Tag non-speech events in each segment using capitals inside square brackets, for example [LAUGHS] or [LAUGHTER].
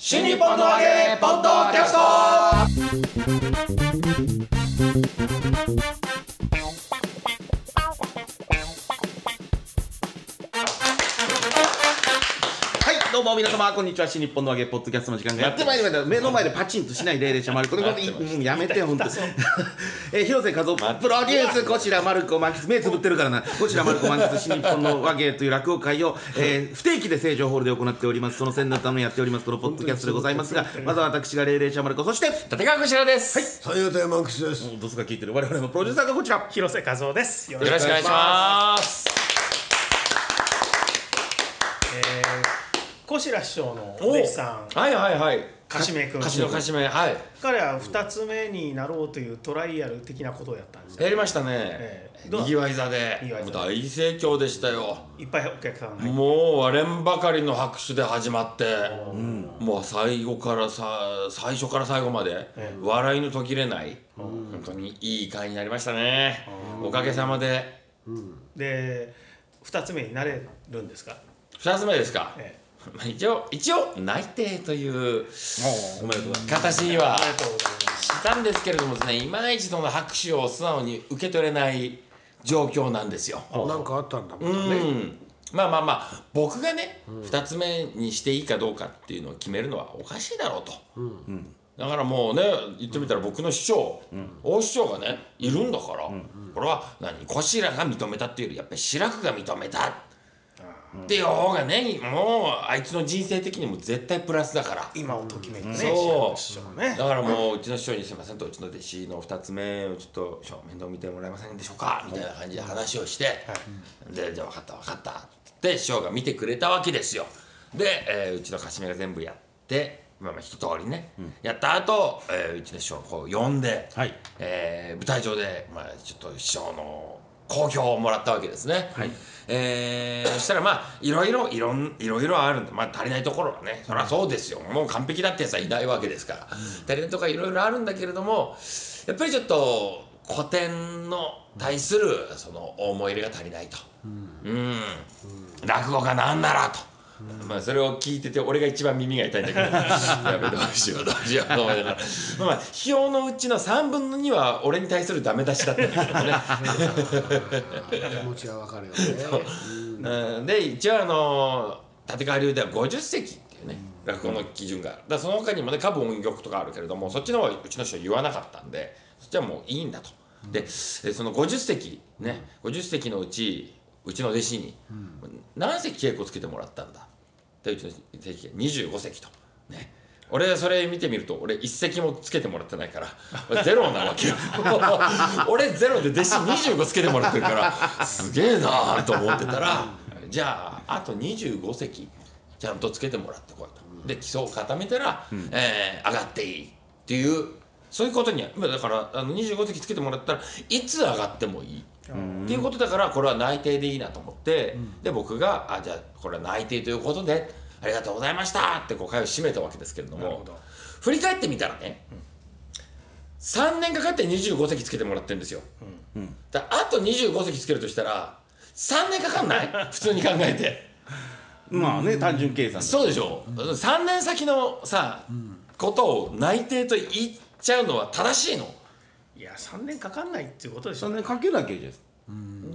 新日本の揚げポッドキャストはいどうも皆様こんにちは新日本の揚げポッドキャストの時間がやってまいりました目の前でパチンとしない霊々ちゃんまるこれこれうんやめて本当にえー広瀬和夫プロデュースこちらマルコ満喫目つぶってるからなこちらマルコ満喫新日本の和芸という落語 [LAUGHS] 会を、えー不定期で成城ホールで行っておりますその宣伝のためにやっておりますこのポッドキャストでございますがまずは私が霊々ちゃんまる子そして立川こちらです、三遊亭マンクスです。どうすか聞いてる我々のプロデューサーがこちら広瀬和夫です。よろよろしくお願いします小白師匠のお弟子さん、はいはいはいかしめ君。歌手のかしめはい彼は二つ目になろうというトライアル的なことをやったんですよ。やりましたね、ええどうにぎわい座でにぎわいもう座大盛況でしたよ、いっぱいお客さんが入って。もう割れんばかりの拍手で始まって、もう最後からさ最初から最後まで、ええ笑いの途切れない、本当にいい会になりましたね、おかげさまでで、二つ目になれるんですか。 2つ目ですか、ええまあ一応一応内定というおめでとうございます形にはありがとうございます。したんですけれどもですねいまいちその拍手を素直に受け取れない状況なんですよ。なんかあったんだもうんね。んまあまあまあ僕がね、2つ目にしていいかどうかっていうのを決めるのはおかしいだろうと、だからもうね言ってみたら僕の師匠、大師匠がねいるんだから、これは何小白が認めたっていうよりやっぱり白くが認めたっていう方がねもうあいつの人生的にも絶対プラスだから。今をときめくね。そう師匠のね。だからもううちの師匠にすいませんとうちの弟子の2つ目をちょっと師匠面倒見てもらえませんでしょうかみたいな感じで話をして、でじゃあ分かった分かったって言って師匠が見てくれたわけですよで、えーうちのかしめが全部やってまあまあ一通りね、やった後、えーうちの師匠をこう呼んで、はいえー舞台上で、まあ、ちょっと師匠の好評をもらったわけですね、えーそしたらまあいろいろいろんいろいろあるんでまあ足りないところはねそりゃそうですよもう完璧だってやつはいないわけですから、足りないところはいろいろあるんだけれどもやっぱりちょっと古典の対するその思い入れが足りないと、うん、落語家なんならと。まあそれを聞いてて俺が一番耳が [LAUGHS] 痛いんだけどやべどうしようどうしようと思いながらまあまあ票のうちの3分の2は俺に対するダメ出しだったんだけどね気持ちはわかるよね。うんで一応あの立川流では50席っていうね落語の基準があるだからその他にもね歌舞音曲とかあるけれどもそっちの方はうちの人は言わなかったんでそっちはもういいんだと。でえその50席ね50席のうちうちの弟子に何席稽古つけてもらったんだでうちの弟子が25席と。ね俺それ見てみると俺一席もつけてもらってないからゼロなわけよ [LAUGHS] 俺ゼロで弟子25つけてもらってるからすげえなあと思ってたらじゃああと25席ちゃんとつけてもらってこいとで基礎を固めたら、えー上がっていいっていうそういうことにはまあだからあの25席つけてもらったらいつ上がってもいい。っていうことだからこれは内定でいいなと思って、で僕があ「じゃあこれは内定ということでありがとうございました」ってこう会を締めたわけですけれども振り返ってみたらね、3年かかって25席つけてもらってるんですよ、だからあと25席つけるとしたら3年かかんない普通に考えてまあね単純計算そうでしょ、3年先のさ、ことを内定と言っちゃうのは正しいのいや、三年かかんないっていうことでしそょ。んなにかけなきゃいいじゃないです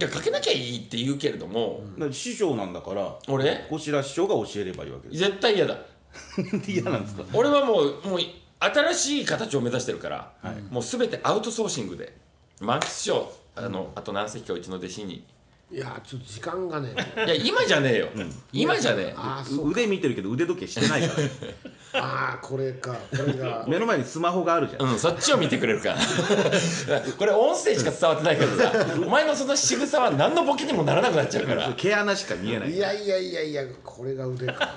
いやかけなきゃいいって言うけれども、かだって師匠なんだから俺こちら師匠が教えればいいわけで絶対嫌だす嫌なんですか俺はもうもう新しい形を目指してるから、もう全てアウトソーシングで満喫しようあのあと何席かうちの弟子にいや、ちょっと時間がね。いや今じゃねえよ、今じゃねえああ、そう。腕見てるけど腕時計してないからああ、これか。こ [LAUGHS] れが。目の前にスマホがあるじゃんうん、そっちを見てくれるから [LAUGHS] これ音声しか伝わってないけどさお前のその仕草は何のボケにもならなくなっちゃう [LAUGHS] から毛穴しか見えないいやいやいやいや、これが腕か。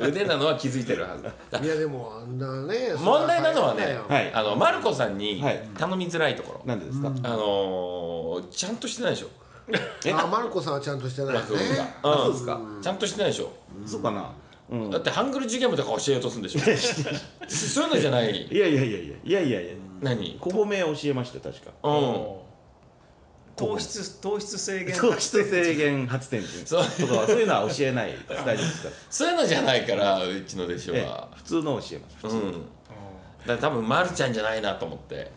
腕なのは気づいてるはずだいや、でも、あ [LAUGHS] んなね。問題なのはね、はいあのマルコさんにはい頼みづらいところ、なんでですかあのーちゃんとしてないでしょそれはあ、マルコさんはちゃんとしてないよ落語ね。が、うんそうですかちゃんとしてないでしょそうかなうんだってハングル授業とか教えようとするんでしょそういうのじゃないいやいやいやいやいやいやいや何小褒め教えましたよ確かうんも糖質糖質制限糖質制限発展とそうかはそういうのは教えないです大丈夫ですからそういうのじゃないからうちの弟子ええは、普通のを教えますうんだから多分まるちゃんじゃないなと思って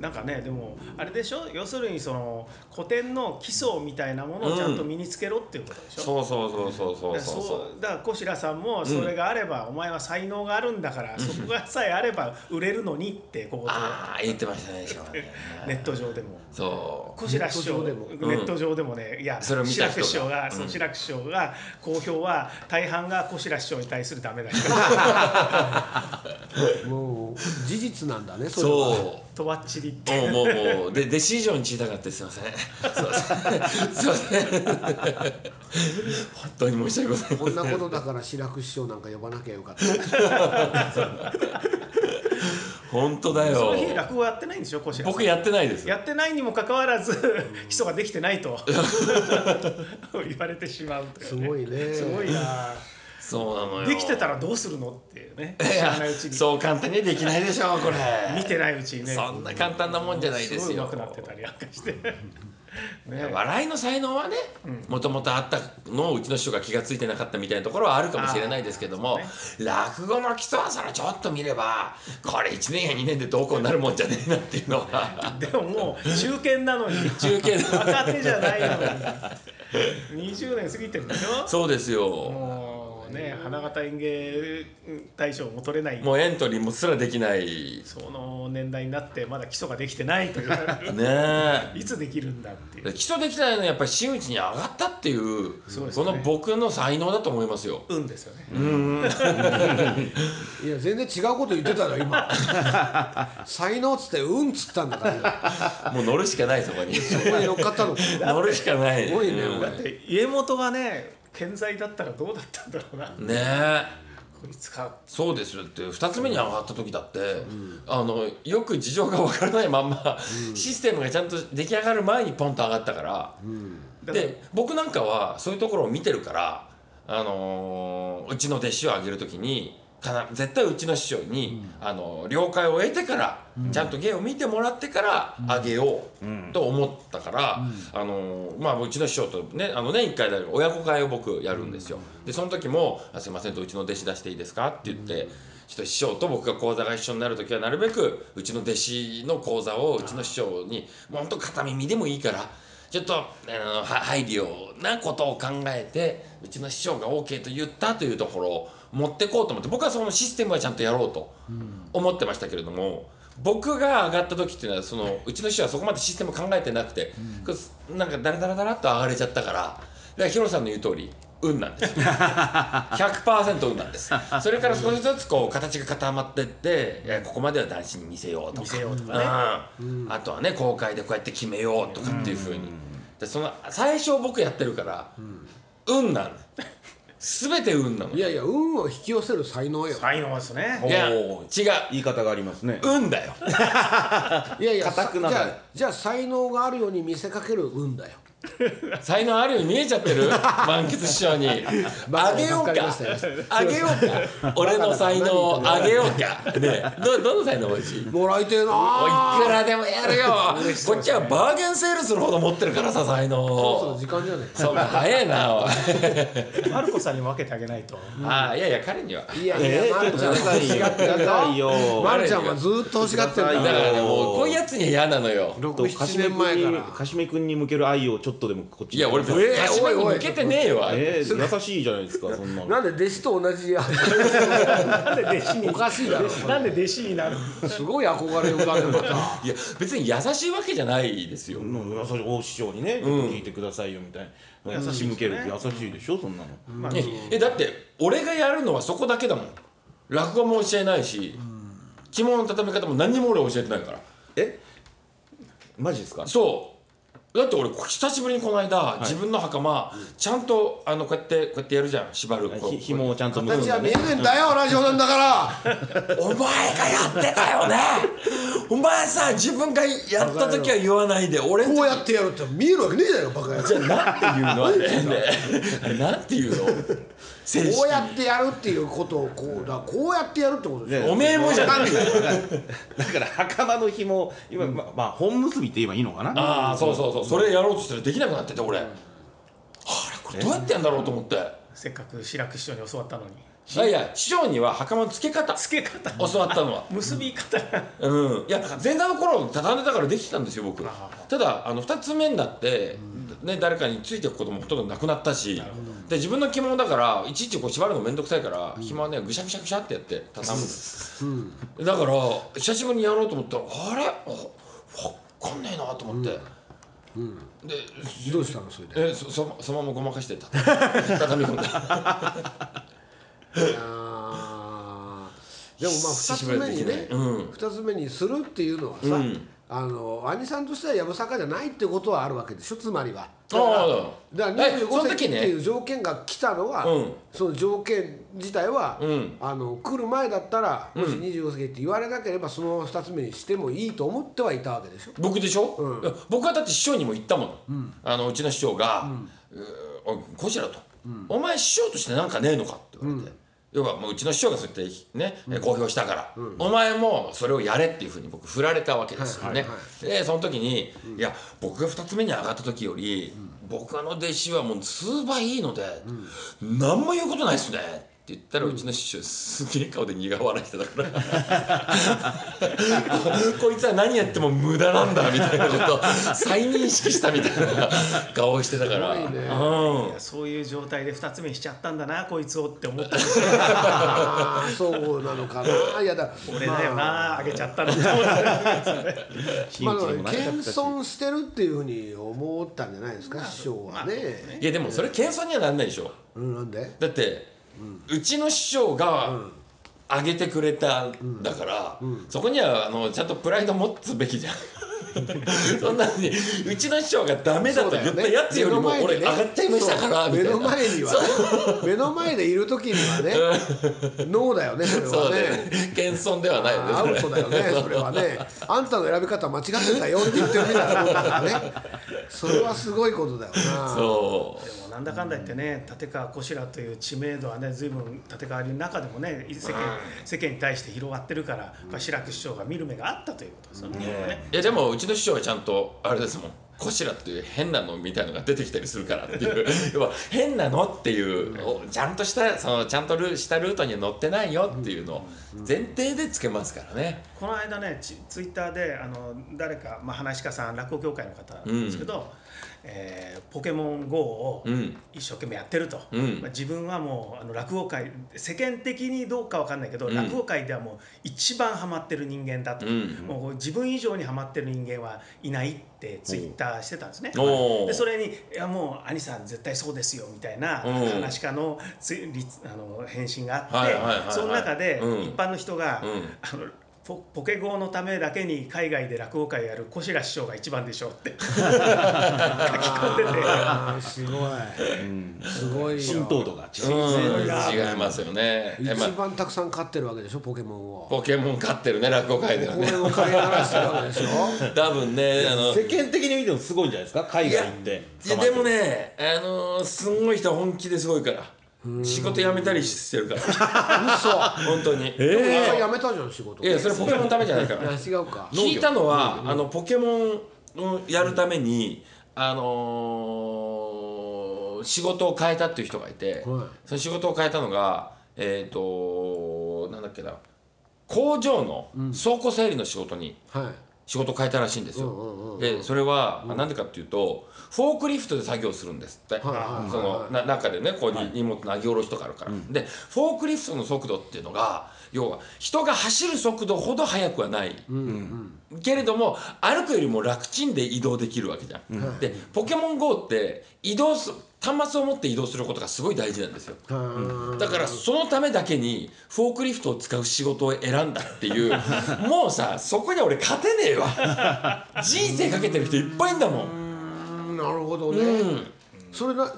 なんかねでもあれでしょ要するにその古典の基礎みたいなものをちゃんと身につけろっていうことでしょ、そうそうそうそうそうだからそうそうだから小白さんもそれがあれば、お前は才能があるんだからそこがさえあれば売れるのにってここああ言ってましたねしかもねとネット上でも。そ小白師匠ネネット上ッでもト上でもね、いやそれを見た人が志らく師匠が、そううん志らく師匠が好評は大半が小白師匠に対するダメ [LAUGHS] だよもう事実なんだねうそれはそうとばっちりっもてうもうもうで弟子以上に小さかったですすいませんすいませんすいません本当に申し訳ございませんこんなことだから志らく師匠なんか呼ばなきゃ [LAUGHS] よかった本当だそよの日落語やってないんでしょ小白さん僕やってないですやってないにもかかわらず基礎ができてな [LAUGHS] いと言われてしまうというねすごいねすごいなそうなのよできてたらどうするのっていうねい知らやないうちにそう簡単にはできないでしょこれ見てないうちにねそんな簡単なもんじゃないですよごい上手くなってたりなんかして [LAUGHS] ね笑いの才能はねもともとあったのをうちの師匠が気が付いてなかったみたいなところはあるかもしれないですけども、あー落語の基礎はそれちょっと見ればこれ1年や2年でどうこうなるもんじゃねえなっていうのはでももう中堅なのに中堅若手じゃないのに20年過ぎてるでし [LAUGHS] ょそうですよもうね花形演芸大賞も取れないもうエントリーもすらできないその年代になってまだ基礎ができてない [LAUGHS] というねいつできるんだっていうえ基礎できないのはやっぱり真打ちに上がったっていうそうですこねの僕の才能だと思いますよ運ですよねいや全然違うこと言ってた [LAUGHS] の今才能っつってうんっつったん [LAUGHS] だからもう乗るしかないそこに今そこに乗っかったの [LAUGHS] 乗るしかないすごいねうんこだって家元がね健在だったらどうだったんだろうなこねえいつかそうですよって2つ目に上がった時だって、あのよく事情が分からないまんま、システムがちゃんと出来上がる前にポンと上がったから、だからで僕なんかはそういうところを見てるから、あのーうちの弟子をあげる時にかな絶対うちの師匠に、あの了解を得てから、ちゃんと芸を見てもらってからあげよう、と思ったから、あのーまあ、うちの師匠とねあのね1回だけ親子会を僕やるんですよ。でその時も「あすいませんとうちの弟子出していいですか?」って言って。ちょっと師匠と僕が講座が一緒になる時はなるべくうちの弟子の講座をうちの師匠にもうほんと片耳でもいいからちょっとあのは配慮なことを考えてうちの師匠が OK と言ったというところを持ってこうと思って僕はそのシステムはちゃんとやろうと思ってましたけれども、僕が上がった時っていうのはそのうちの師匠はそこまでシステム考えてなくて、こうなんかダラダラダラっと上がれちゃったからだからヒロさんの言う通り運なんです [LAUGHS] よ100%運なんですそれから少しずつこう形が固まってっていやここまでは男子に見せようとか見せようとかねうんあとはね公開でこうやって決めようとかっていうふうに、でその最初僕やってるから、運なんす全て運なのいやいや運を引き寄せる才能よ才能ですねいや違うお言い方がありますね運だよいやいや硬くなるさじゃあじゃあ才能があるように見せかける運だよ才能あるように見えちゃ [LAUGHS] ってる満喫師匠にあげよう助かりかましたよあげようか俺の才能をあげようかねえどどの才能欲しいもらいてえなおいあくらでもやるよこっちはバーゲンセールするほど持ってるからさ才能そろそろを時間じゃないそうか早いなおいマルコさんに分けてあげないとああいやいや彼にはいやいや、まるちゃん欲しがってくださるいよ。よまるちゃんはずーっと欲しがってるんだかだからら。ねもうこういうやつには嫌なのよ六と七年前から。かしめ君に向ける愛をちょっとでもこっちいにや俺別にえー鹿島においおい向けてねえよあれえー優しいじゃないですかそんなのなんで弟子と同じや。なんで弟子におかしいだろ。なんで弟子になるすごい憧れ浮かんでまた。いや別に優しいわけじゃないですようん優しい大師匠にねちょっと聞いてくださいよみたいな優し向けるって優しいでしょそんなのまあええだって俺がやるのはそこだけだもん落語も教えないし着物の畳み方も何にも俺教えてないからえマジですかそうだって俺久しぶりにこの間、自分の袴ちゃんとあのこうやってこうやってやるじゃん縛るこうひ紐をちゃんと結ん形はで見えねねえんだよ、ラジオなんだから。お前がやってた [LAUGHS] よねお前さ自分がやった時は言わないで俺の時こうやってやるって見えるわけねえじゃないか、バカや。じゃあなんて言うのあれ [LAUGHS] ねあれなんて言うの正こ式うやってやるっていうことをこうだこうやってやるってことでしょねおめえもじゃねわかんないわかんないだから袴の紐今ままあ本結びって言えばいいのかなああそうそうそうそうそれやろうとしたらできなくなってて俺、あれこれどうやってやんだろうと思って、せっかく志らく師匠に教わったのにいやいや師匠には袴の付け方つけ方教わったの [LAUGHS] は結び方がうん、いや前座の頃畳んでたからできてたんですよ僕あただあの2つ目になって、ね、誰かについていくこともほとんどなくなったしで自分の着物だからいちいちこう縛るの面倒くさいから暇はねぐしゃぐしゃぐしゃってやって畳むんですうんだから久しぶりにやろうと思ったらあれあわかんねえなと思って、うんでどうしたのそれでえそそそのままごまかして [LAUGHS] た畳み込んであーでもまあ久2しつぶり目にでねきないうん2つ目にするっていうのはさ、うんあの兄さんとしてはやぶさかじゃないってことはあるわけでしょつまりはああだからえそ25の席時っていうね条件が来たのは、うんその条件自体は、うんあの来る前だったらもし25席って言われなければその2つ目にしてもいいと思ってはいたわけでしょ僕でしょ、うんいや僕はだって師匠にも言ったもの、うあのうちの師匠が「うーおいこちら」と、お前師匠としてなんかねえのか」って言われて、要はもううちの師匠がそうやってね、公表したから、お前もそれをやれっていうふうに僕振られたわけですよね、はいはでその時に、いや僕が2つ目に上がった時より、僕の弟子はもう数倍いいので、何も言うことないっすねって言ったらうちの師匠すげえ顔で苦笑いしてたから [LAUGHS] こいつは何やっても無駄なんだみたいなことを再認識したみたいな顔をしてたから、すごいねうんそういう状態で2つ目にしちゃったんだなこいつをって思ったん [LAUGHS] ですああそうなのか [LAUGHS] ないやだ俺だよまあなあげちゃったのって思ったんですよね真まあ打ちにもなっちゃったし謙遜してるっていうふうに思ったんじゃないですか師匠はね。いやでもそれ謙遜にはなんないでしょうんなんでだって、うちの師匠があげてくれたんだから、そこにはあのちゃんとプライド持つべきじゃんそんなにうちの師匠がダメだと言ったやつよりも俺上がっちゃいましたからみ目たいのな前にはね目の前でいる時にはねノーだよねそれそはうだよねね。謙遜ではないよねアウトだよねそれはねあんたの選び方間違ってたよって言ってるみたいなもんだからねそれはすごいことだよなそうでもなんだかんだ言ってね立川こしらという知名度はね随分立川流の中でもね世間世間に対して広がってるから、まあ、志らく師匠が見る目があったということですよね。ねいやでもうちの師匠はちゃんとあれですもん「こしら」っていう変なのみたいのが出てきたりするからって [LAUGHS] いう要は変なのっていうおちゃんとしたそのちゃんとルしたルートには乗ってないよっていうのを前提でつけますからねこの間ねツツイッターであの誰か、まあ、話し家さん落語協会の方なんですけど、えーポケモン GO をうん一生懸命やってると、うんまあ、自分はもうあの落語界世間的にどうかわかんないけど、うん落語界ではもう一番ハマってる人間だと、うんもう自分以上にハマってる人間はいないってツイッターしてたんですね。おーでそれに「いやもう兄さん絶対そうですよ」みたいなうん話家のつリツあの返信があっはいて、はいはいはいその中でうん一般の人が、うんあのポポケゴーのためだけに海外で落語会やる小白師匠が一番でしょって書き込んでてあーすごいうんすごいよ浸透度が違うう、んいや違いますよねえまあ一番たくさん飼ってるわけでしょポケモンを。ポケモン飼ってるね落語界ではこねれを飼いならしてるわけでしょ。多分ねあの世間的に見てもすごいんじゃないですか海外行っていやでもねあのーすんごい人は本気ですごいから [LAUGHS] 仕事辞めたりしてるから本当にでもえ一回やめたじゃん仕事。いやそれポケモンのためじゃない [LAUGHS] からあ違うか。聞いたのは、あのポケモンをやるために、あのー仕事を変えたっていう人がいて、はいその仕事を変えたのがえっ、となんだっけな工場の倉庫整理の仕事にはい。仕事を変えたらしいんですよ。うんうんうんでそれはなんでかっていうとフォークリフトで作業するんですって、はいはいはいそのな中でねこうに荷物の上げ下ろしとかあるから、でフォークリフトの速度っていうのが要は人が走る速度ほど速くはない、けれども歩くよりも楽ちんで移動できるわけじゃん。でポケモン GO って移動す端末を持って移動することがすごい大事なんですよ。あだからそのためだけにフォークリフトを使う仕事を選んだっていう [LAUGHS] もうさそこには俺勝てねえわ人生かけてる人いっぱいいんだもんーなるほどうね。んそれなで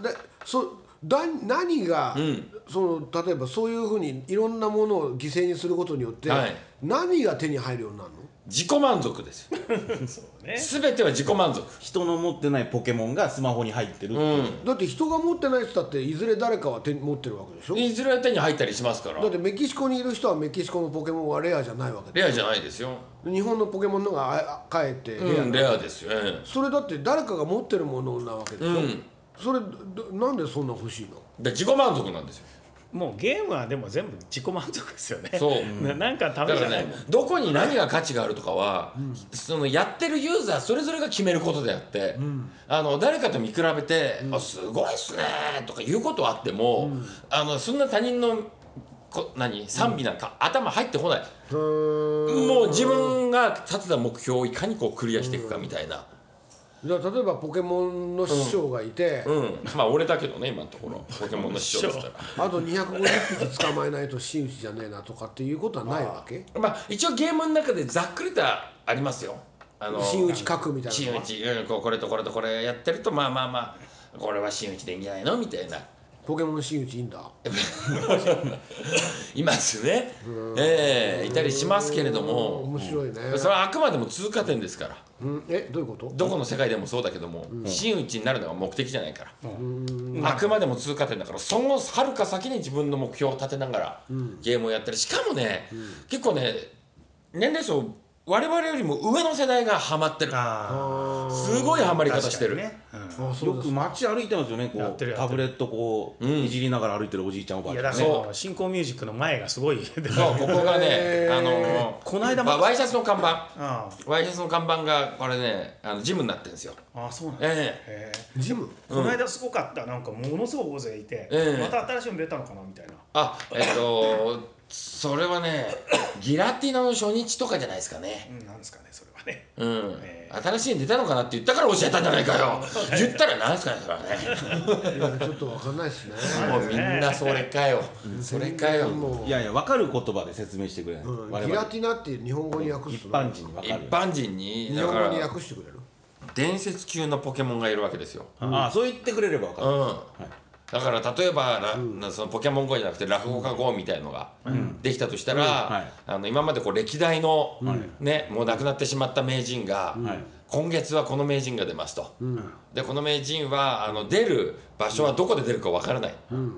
そだ何が、うんその例えばそういうふうにいろんなものを犠牲にすることによって、はい何が手に入るようになるの自己満足ですよそうね全ては自己満足人の持ってないポケモンがスマホに入ってる、うんだって人が持ってない人だっていずれ誰かは手に持ってるわけでしょいずれ手に入ったりしますからだってメキシコにいる人はメキシコのポケモンはレアじゃないわけでレアじゃないですよ日本のポケモンの方があかえってレア、うんレアですよえそれだって誰かが持ってるものなわけでしえょ、うんそれどなんでそんな欲しいので自己満足なんですよもうゲームはでも全部自己満足ですよねそうななんかだたかめじゃらないねもん、どこに何が価値があるとかは、そのやってるユーザーそれぞれが決めることであって、あの誰かと見比べて「あすごいっすね」とか言うことはあっても、あのそんな他人のこ何賛美なんか、頭入ってこない、もう自分が立てた目標をいかにこうクリアしていくかみたいな、だから例えばポケモンの師匠がいて、うんまあ俺だけどね今のところポケモンの師匠ですから。あと250匹捕まえないと真打ちじゃねえなとかっていうことはないわけまあ一応ゲームの中でざっくりとはありますよ。あの真打ち書くみたいな真の打はち、うん、こうこれとこれとこれやってるとまあまあまあこれは真打ちでいいんじゃないのみたいなポケモン真打ちいいんだいますね、ええいたりしますけれどうんも面白いね、それはあくまでも通過点ですからうん、えどういうことどこの世界でもそうだけども、真打ちになるのが目的じゃないから、うんあくまでも通過点だからそのはるか先に自分の目標を立てながらゲームをやってるしかもね、結構ね年齢層我々よりも上の世代がハマってるあすごいハマあり方してる、ねうんあそようですく街歩いてますよねやこってるうやタってるブレットこうう、んいじりながら歩いてるおじいちゃんおばあいちやゃんだかねらそうあの新興ミュージックの前がすごいでもそうここがねへーあのこの間もまあワイシャツの看板あワイシャツの看板がこれねあのジムになってるんですよああそうなんだええへえジムこの間すごかったなんかものすごい大勢いて、ええまた新しいの出たのかなみたいなあえっ、とそれはねギラティナの初日とかじゃないですかねうんなんですかねそれはねうん、え新しいの出たのかなって言ったから教えたんじゃないかよ言ったらなんすかねそれはねいやちょっとわかんないですねもうみんなそれかよそれかよもういやいや分かる言葉で説明してくれない、うん我ギラ々ティナって日本語に訳す一と般人に分一かる、般人に日だ本か語にら訳してくれる伝説級のポケモンがいるわけですよああそう言ってくれれば分かうる、んだから例えば、らなそのポケモン GO じゃなくて落語家 GO みたいのができたとしたら、はいあの今までこう歴代の、ね、もう亡くなってしまった名人が、はい今月はこの名人が出ますと、でこの名人はあの出る場所はどこで出るかわからない、ん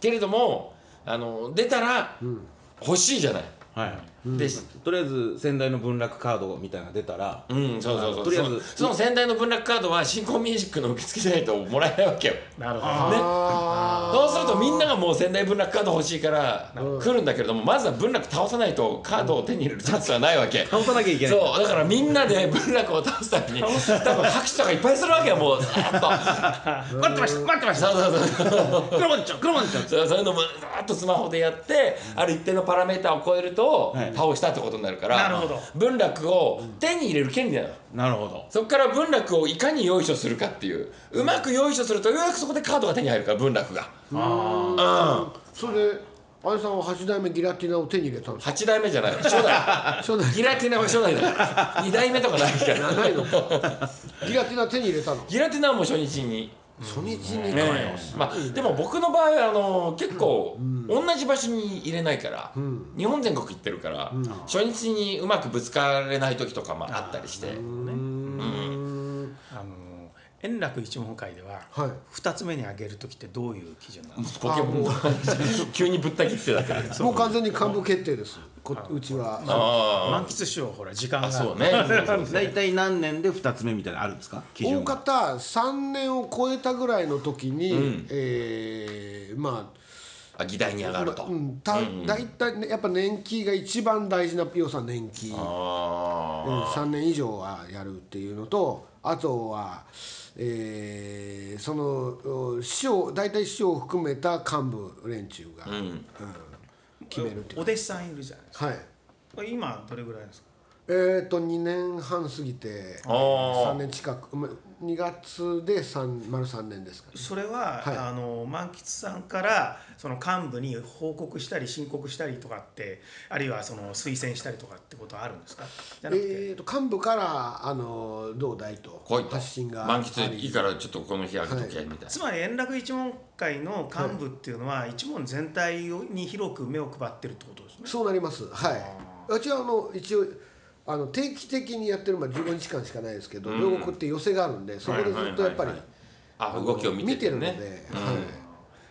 けれどもあの出たら欲しいじゃない。はいでとりあえず先代の文楽カードみたいなのが出たら、うん、そうそうそうとりあえずそのその先代の文楽カードは新婚ミュージックの受付じゃないともらえないわけよなるほねあそうするとみんながもう仙台文楽カード欲しいから来るんだけれどもまずは文楽倒さないとカードを手に入れるチャンスはないわけ。倒さなきゃいけないそうだからみんなで文楽を倒すために多分拍手とかいっぱいするわけよもうずーっと待ってました待ってましそたうそうそう黒ンちゃん黒ンちゃんそうそういうのもずーっとスマホでやってある一定のパラメーターを超えるとはい倒したってことになるかなるらほど文楽を手に入れる権利なのなるほどそこから文楽をいかに用意書するかっていううまく用意書するとようやくそこでカードが手に入るから文楽がああそれであれさんは八代目ギラティナを手に入れたんですか8代目じゃない初代初代ギラティナは初代だから2代目とかないからないのかギラティナ手に入れたのギラティナはもう初日に、初日にかよねまあ、でも僕の場合はあの結構同じ場所に入れないから、ん日本全国行ってるから、初日にうまくぶつかれない時とかもあったりして、うーんあの円楽一門会でははい二つ目にあげる時ってどういう基準なのポケモンの話 [LAUGHS] 急にぶった切ってだけどもう完全に幹部決定ですこうちはあ満喫しようほら時間あがそうねあ大体何年で2つ目みたいなのあるんですか基大準が方3年を超えたぐらいの時に、んえーまああ議題に上がると、うん、た大体、ね、やっぱ年金が一番大事な要素は年金、うん、あ3年以上はやるっていうのとあとは、えーそのお師匠大体師匠を含めた幹部連中が、あうん決めるっていうお弟子さんいるじゃないですはいかこれ今どれぐらいですかえー、と2年半過ぎてあー3年近くま2月で3丸3年ですから、それは、はいあの満吉さんからその幹部に報告したり申告したりとかってあるいはその推薦したりとかってことはあるんですかじゃなくて、えー、と幹部からあのどうだいと来いと発信が満喫いいかららちょっとこの日あげとけみたいつまり円楽一門会の幹部っていうのは、一門全体をに広く目を配ってるってことですね。そうなりますはいあちはあの一応あの定期的にやってるまあ15日間しかないですけど、うん両国って寄せがあるんでそこでずっとやっぱはりいはいはいはいな、あ動きを見て見てるので、ねは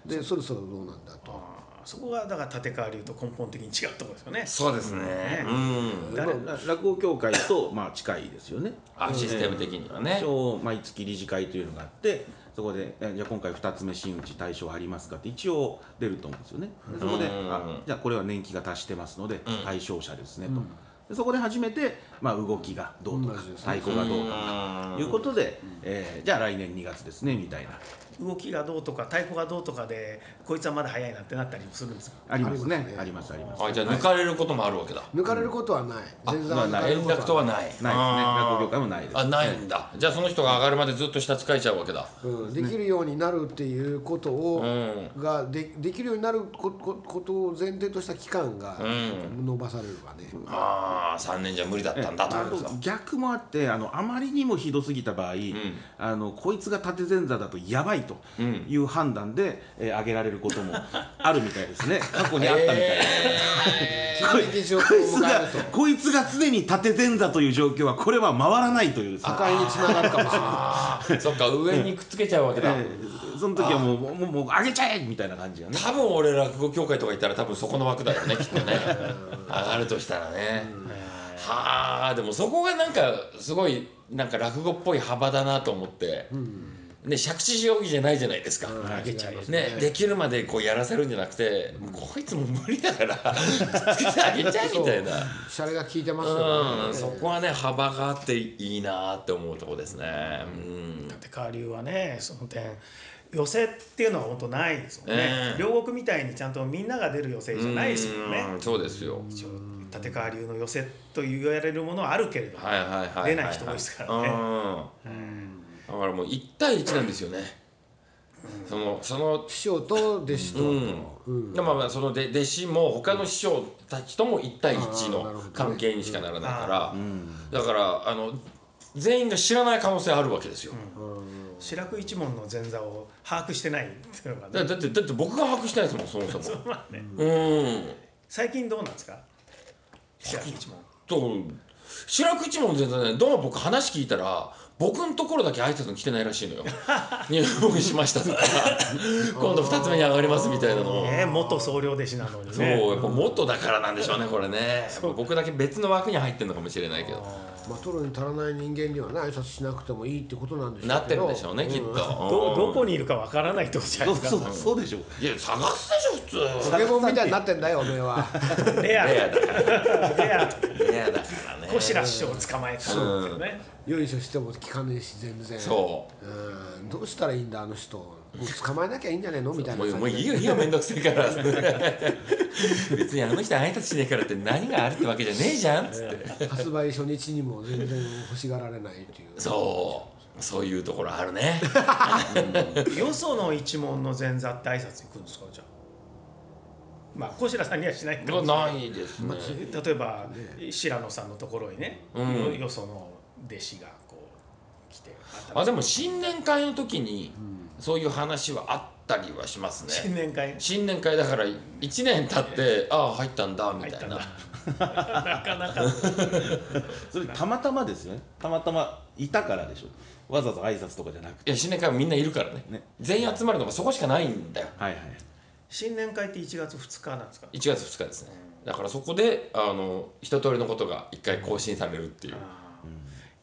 い、でそろそろどうなんだと。あーそこがだから立川流と根本的に違うところですよね。そうですねうん誰まあ落語協会とまあ近いですよねあシステム的にはね一応毎月理事会というのがあってそこでえ「じゃあ今回2つ目真打ち対象ありますか?」って一応出ると思うんですよねでそこでうんあ「じゃあこれは年季が達してますのでうん対象者ですね」とでそこで初めて、まあ、動きがどうとか同じですね対抗がどうとかうんいうことで、えーじゃあ来年2月ですねみたいな動きがどうとか太鼓がどうとかでこいつはまだ早いなってなったりもするんですかありますねあありりますありますあじゃあ抜かれることもあるわけだ抜かれることはない。全然まあ抜かれる連こと絡とはない。ないないですないですね落語協会もないですあないんだじゃあその人が上がるまでずっと下使えちゃうわけだうん、できるようになるっていうことうを、んがでできるようになるここことを前提とした期間がん伸ばされるわね。ああ3年じゃ無理だったんだとあと逆もあってあのあまりにもひどすぎた場合、あのこいつが縦前座だとやばいとうんいう判断で、えー上げられる [LAUGHS] こともあるみたいですね過去にあったみたいです、[LAUGHS] こいつが急激状況を迎えるとこいつが常に縦前座という状況はこれは回らないというですね破壊につながるかもしれなあーそっか上にくっつけちゃうわけだ、 [LAUGHS] えーその時はもうもうもう上げちゃえみたいな感じがね多分俺落語協会とか行ったら多分そこの枠だよ [LAUGHS] ねきっとね上がるとしたらね、はあでもそこがなんかすごいなんか落語っぽい幅だなと思って、ね借地定規じゃないじゃないですか、い。げちゃいますね、できるまでこうやらせるんじゃなくてもうこいつも無理だ [LAUGHS] からくっつけてあげちゃえみたいなシャレが効いてますうん、そよね。こはね幅があっていいなって思うとこですね。うん立川流はねその点寄席っていうのは本当ないですもんね、ええ両国みたいにちゃんとみんなが出る寄席じゃないですもんねうんそうですよ。一応立川流の寄席と言われるものはあるけれども、はいはいはいはい。出ない人多いですからねうん。だからもう一対一なんですよね。そのその師匠と弟子と。うん。まあまあそので弟子も他の師匠たちとも一対一あーなるほどのね関係にしかならないから。だからあの全員が知らない可能性あるわけですよ。白く一門の前座を把握してないっていうのがだね [LAUGHS] だってだって僕が把握してないですもんそもそも。うん。最近どうなんですか白く一門と白口一門全然ねどうも僕話聞いたら僕のところだけ挨拶に来てないらし [LAUGHS] いのよ入門しましたとか今度2つ目に上がりますみたいなのを、ね元総領弟子なのにそうねやっぱ元だからなんでしょうねこれね僕だけ別の枠に入ってるのかもしれないけどまあ、トロに足らない人間にはね挨拶しなくてもいいってことなんでしょうけどなってるんでしょうねきっと、どどこににいるかわからないってことじゃなそいうですそうそうでしょういや探すでしょ普通ポケモンみたいになってんだよおめえはかレアレアだからレアとレアだからね小白師匠を捕まえたっていうね [LAUGHS] よいしょしても聞かねえし全然そううんどうしたらいいんだあの人もう捕まえなきゃいいんじゃねえのみたいなもうもう感いじいでよいいよめんどくせえから別にあの人挨拶しねえからって何があるってわけじゃねえじゃんっつって発売初日にも全然欲しがられないっていう [LAUGHS] そうそういうところあるねよその一門の前座って挨拶行くんですかじゃあまあ小白さんにはしないかもしれないいですね例えば白野さんのところにね、うんよその弟子がこう来てあでも新年会の時にそういう話はあったりはします新ね年会に新年会だから1年経ってああ入ったんだみ入ったいたんだななかなかそれたまたまですよねたまたまいたからでしょわざわざ挨拶とかじゃなくていや新年会はみんないるからねね全員集まるのがそこしかないんだよはいはい新年会って1月2日なんですか1月2日ですねだからそこであの一通りのことが一回更新されるっていうあー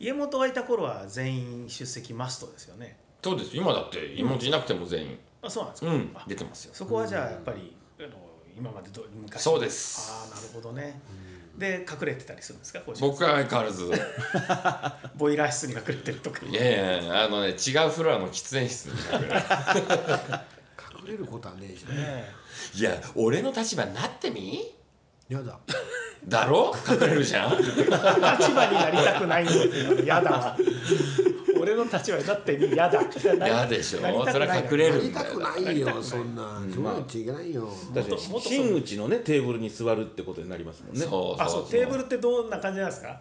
家元がいた頃は全員出席マストですよねそうです今だって妹いなくても全員あそうなんですうか、んあ出てますよそこはじゃあやっぱり、あの今までど昔そうですああなるほどね、で隠れてたりするんですかこう僕は相変わらずボイラー室に隠れてるとかいやいやあのね違うフロアの喫煙室に [LAUGHS] 隠れることはねえじゃんいや俺の立場になってみやだだろ隠れるじ [LAUGHS] ゃん立場になりたくないんだっていうのが嫌だわ俺の立場になってみ嫌だ嫌でしょなりたそくなれいは隠れやるりんだたくよないよそんなそんなっちゃいけないよ確かにもっと真打ちのねテーブルに座るってことになりますもんねそうあそうそうテーブルってどんな感じなんですか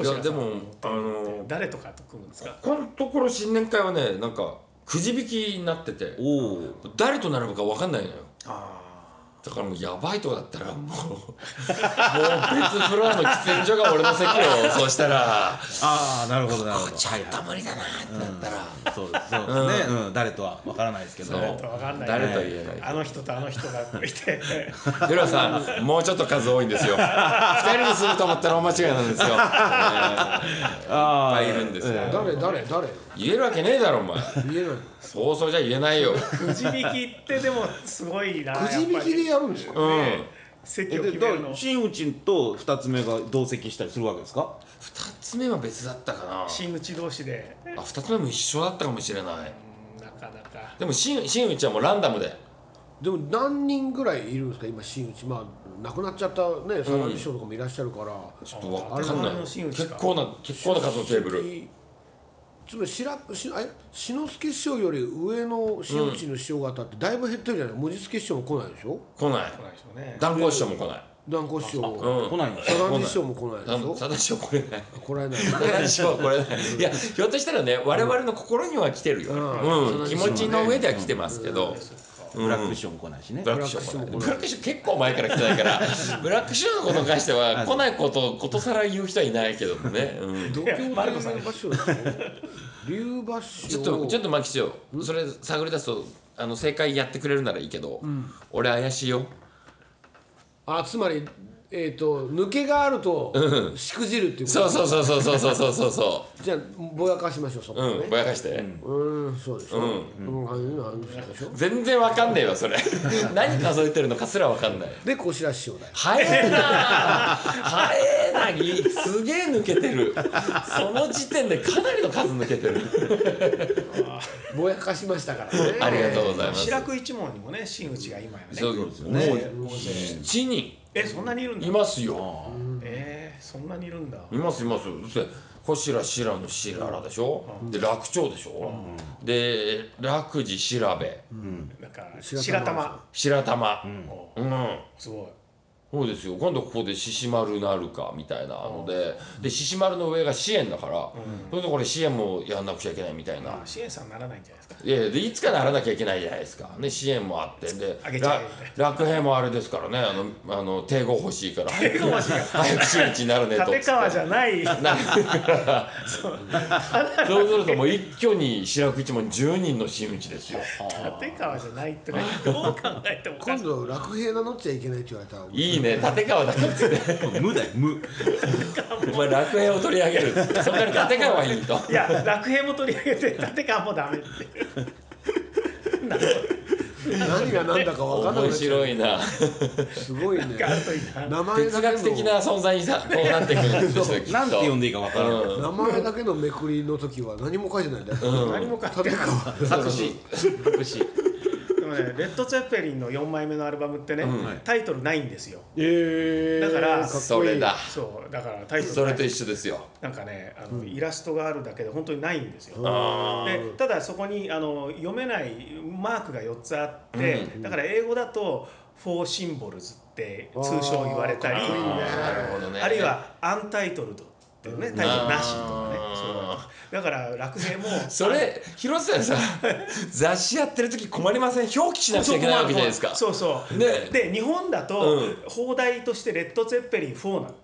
いやでもああのの誰とかと組むんですかこのところ新年会はねなんかくじ引きになってておお誰と並ぶか分かんないのよあだからもうやばいとこだったらもうもう別フロアの喫煙所が俺の席 [LAUGHS] をそうしたらああなるほどなるこほっどち入ったら無理だなってなったら、そうですそうですね、うん、誰とは分からないですけどそうとわかんない誰とは言えないあの人とあの人がいてヒロさん、もうちょっと数多いんですよ。二人にすると思ったら大間違いなんですよ。ねあいっぱいいるんですよええ誰誰誰言えるわけねえだろ、お前。言えないそうそうじゃ言えないよ。くじ引きってでもすごいなくじ引きでやっやるんですうよぱりん。席えをで決めるだの真打ちと二つ目が同席したりするわけですか二つ目は別だったかな。真打ち同士であ、二つ目も一緒だったかもしれない。うんなかなかでも、新、新内はもうランダムで。でも何人ぐらいいるんですか今真打ちまあ亡くなっちゃったねサラリー師匠とかもいらっしゃるから、ちょっとわかんあなれい。は新内か結構な、結構な数のテーブル。つまりしらしあれ志の輔師匠より上の真打ちの師匠方ってだいぶ減ってるじゃない文字助師匠も来ないでしょ来ない来。ないでしょうね断交師匠も来ない。断固師匠もうん。来ないんですサラリー師匠も来ないでしょただ師匠来れない。[LAUGHS] 来られない大丈夫これいやひょっとしたらね我々の心には来てるよ、うんうん、気持ちの上では来てますけど、ブラック師匠も来ないしねブラックショーもねブブララッッククショー結構前から来てない [LAUGHS] からブラックショーのことに関しては来ないことをことさら言う人はいないけどもね、うん、度胸馬師匠でしょ竜馬師ちょ匠っとちょっと牧師匠それ探り出すとあの正解やってくれるならいいけど、俺怪しいよあつまりえっ、と抜けがあるとしくじるっていうことそうそうそうそうそうそうそうそうそじゃあぼやかしましょうそこううんぼねやかして、うん、そうでしょうんああいうのああいうのでしょ全然わかんねえわそれ [LAUGHS] 何数えてるのかすらわかんないで小白師匠だよ早えな早えなぎすげえ抜けてるその時点でかなりの数抜けてるぼやかしましたからねありがとうございます白く一門にもね真打ちが今やねそうですねもう7人えそんなにいるんだいますよえー、そんなにいるんだいますいますだってこしらしらのしららでしょ、で楽長でしょ、で楽寺調べなんか白白玉玉白玉うん、すごいそうですよ今度ここで獅子丸なるかみたいなのでで獅子丸の上が支援だから、それでこれ支援もやんなくちゃいけないみたいな、あ支援さんならないんじゃな [LAUGHS] いですかいやいやでいつかならなきゃいけないじゃないですか、ね、支援もあってであげちゃらえみたい楽兵もあれですからねあのあの帝語欲しい [LAUGHS] から早く早く真打ちになるねとっつって立川じゃないなるからそうするともう一挙に白く一門10人の真打ち [LAUGHS] ですよ立川じゃないってねどう考えてもおか今しい度楽平名乗っちゃいけないって言われたらいいね立川だけっつ [LAUGHS] って無だよ無お前楽兵を取り上げるっつってそんなに立川はいいといや楽平も取り上げて立川もダメって何が何だか分か面らなくなっちゃう白いなすご [LAUGHS] いねあるといいな名前哲だ学け的のな存在に [LAUGHS] さこうなってくるんですよきっとなんて呼んでいいか分からない、うん名前だけのめくりの時は何も書いてな [LAUGHS] いんだよ、何も書いて立ない川作詞作詞でもねレッド・ツェッペリンの4枚目のアルバムってね、うんタイトルないんですよえだからかっそこいれいだそうだからタイトルそれとない一緒ですよなんかねあの、イラストがあるだけで本当にないんですよあーでただそこにあの読めないマークが4つあって、だから英語だと「フォーシンボルズ」って通称言われたりあーかっこいいねなるほどねあるいは「アンタイトルド」っていうねタイトルなしとかねあーそうだから楽平も [LAUGHS] それ広瀬さんさ雑誌やってる時困りません表記しなくちゃいけないわけじゃないですかそうそう、ねで日本だと、うん放題として「レッド・ツェッペリン4」なの。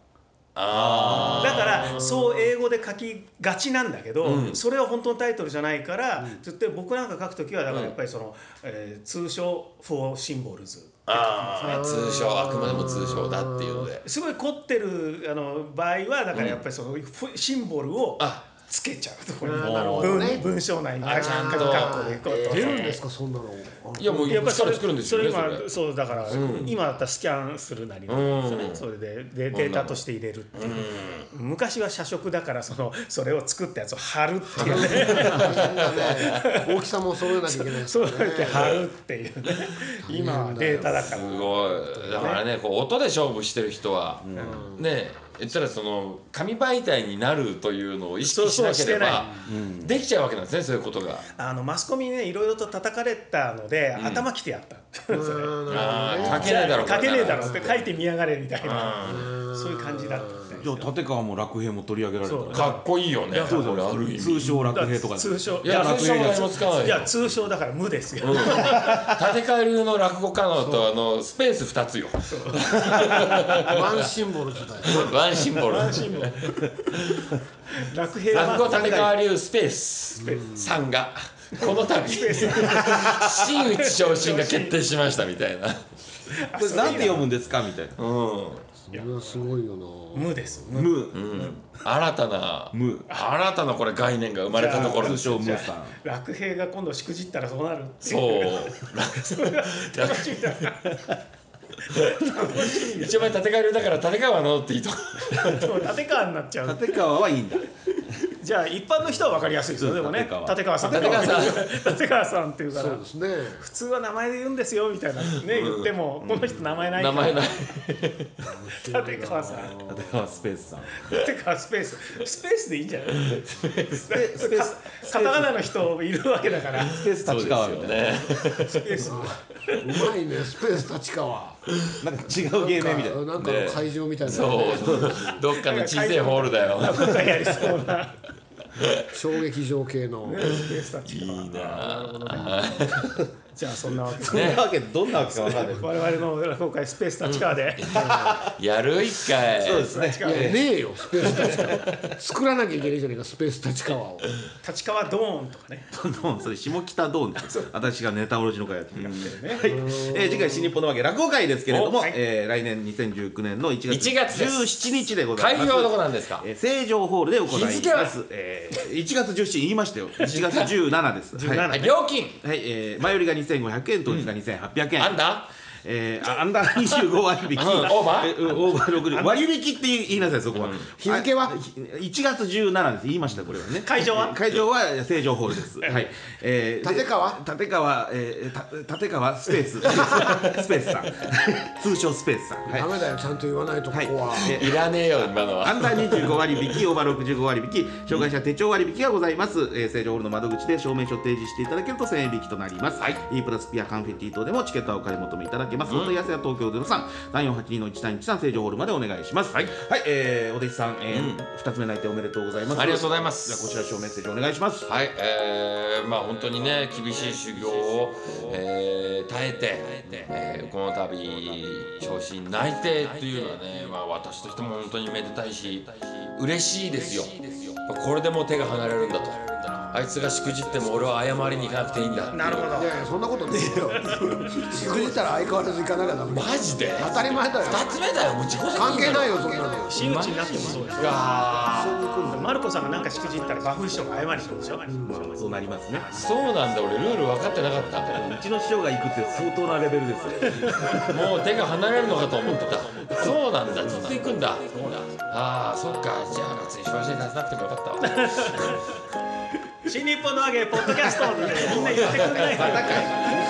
あだからそう英語で書きがちなんだけど、うんそれは本当のタイトルじゃないから、つって僕なんか書くときはだからやっぱりその、えー通称「フォーシンボルズ」あー通称あくまでも通称だっていうのですごい凝ってるあの場合はだからやっぱりその、フォシンボルをあつけちゃうとこあろーになるほどね文文章内に書あきちゃんと括弧でいこうと出るんですかそんなのいやもう [LAUGHS] やっぱりそ力れ作るんですそよれね今それそうだから、うん今だったらスキャンするなりなんですよね、うんそれででデータとして入れるっていう、昔は社食だからそのそれを作ったやつを貼るっていうね大きさも揃えなきゃいけないです [LAUGHS] そかうらやってね貼るってい [LAUGHS] うね今はデータだからすごいだからねこう音で勝負してる人は、ね言ったらその紙媒体になるというのを意識しなければできちゃうわけなんですねそういうことが。あのマスコミにねいろいろと叩かれたので、頭きてやったって、うーんなるほどねあー書けねえだろ書けねえだろっこれて書いてみやがれみたいな、うんそういう感じだったみたいですじゃよあ立川も落兵も取り上げられたそうかっこいいよね。そうこれある意だ味。通称落兵とか通称いや落通称兵はも使わないいや通称だから無ですよ、立川流の落語家のとあのスペース二つよ。ワンシンボルみたいワンシンボル。 [LAUGHS] 楽平落語は立川流スペースさんがこの度 [LAUGHS] 真打ち昇進が決定しましたみたいな。これなんて読むんですかみたいなうん。なそれはすごいよな無です無ムー新たなム新たなこれ概念が生まれたところで通すよ称ムーさん楽平が今度しくじったらそうなるってそう [LAUGHS] いう楽しみだ一番立川流だから立川のって人でも立川になっちゃう立川はいいんだじゃあ一般の人は分かりやすいですよでもね立川立川さん立川さん立川さんっていうかそらうですね普通は名前で言うんですよみたいなね言ってもこの人名前ないか名ら前ない立川さん立川スペースさん立川スペーススペースでいいんじゃないスペーススペースカタカナの人いるわけだからスペース立川みたいなねスペースうまいねスペース立川なんか違う芸名みたいななんかの会場みたいなそうどっかの小さいホールだよなんかやりそうな衝撃場系のスペース立い川いなじゃあそんなわけそんなわけどんなわけかわかんない我々の落語会スペース立川でやる一回そうですね立川いやでねえよスペース立川作らなきゃいけないじゃないかスペース立川を立川ドーンとかねどんそれ下北ドーンです私がネタ卸しの会やってるからはい、えー次回新日本のわけ落語会ですけれども、おはいえー来年2019年の1月1月です17日でござい会ます場はどこなんですかえー成城ホールで行いま日付はす、えー、1月17言いましたよ1月17です17はい、料金はいえー前売りが2500円当日が2800円、あんだえー、あアンダー25割引き、うんオーバーえうんオーバー60割引きって言いなさいそこは、日付はあ1月17です言いましたこれはね会場はえー会場は成城ホールですはい、えーで立川立川、えー、た立川スペーススペースさん通称スペースさんはいダメだよちゃんと言わないとこはいこは、えーいらねえよ今のアはンダー25割引き、オーバー65割引き、障害者手帳割引がございます。えー、成城ホールの窓口で証明書を提示していただけると1000円引きとなります。はい E プラスピアカンフェティ等でもチケットはお買い求めいただけます。お問い合わせは東京03-3482-1313成城ホールまでお願いします。はいえーお弟子さん、えー2つ目内定おめでとうございます。ありがとうございまじゃあこすちら小メッセージお願いします。はい、えー、まあ本当にね厳しい修行を、えー耐えて、えーこの度昇進内定というのはね、まあ、私としても本当にめでたいし嬉しいですよこれでもう手が離れるんだとあいつがしくじっても俺は謝りに行かなくていいんだなるほいどやいやそんなことねえよしくじったら相変わらず行かなきゃダメだマジで当たり前だよ二つ目だよもう自己責任関係ないよそんなのよ真打ちになってもそうですあマルコさんがなんかしくじったら馬風師匠が謝りするんでしょそうなりますね。ーそうなんだ俺ルール分かってなかったうちの師匠が行くって相当なレベルですよ。もう手が離れるのかと思ってたそうなんだずっと行くんだああそっかじゃあ夏に昇進させなくてもよかったわ新日本の揚げポッドキャストってみんな言ってくれないから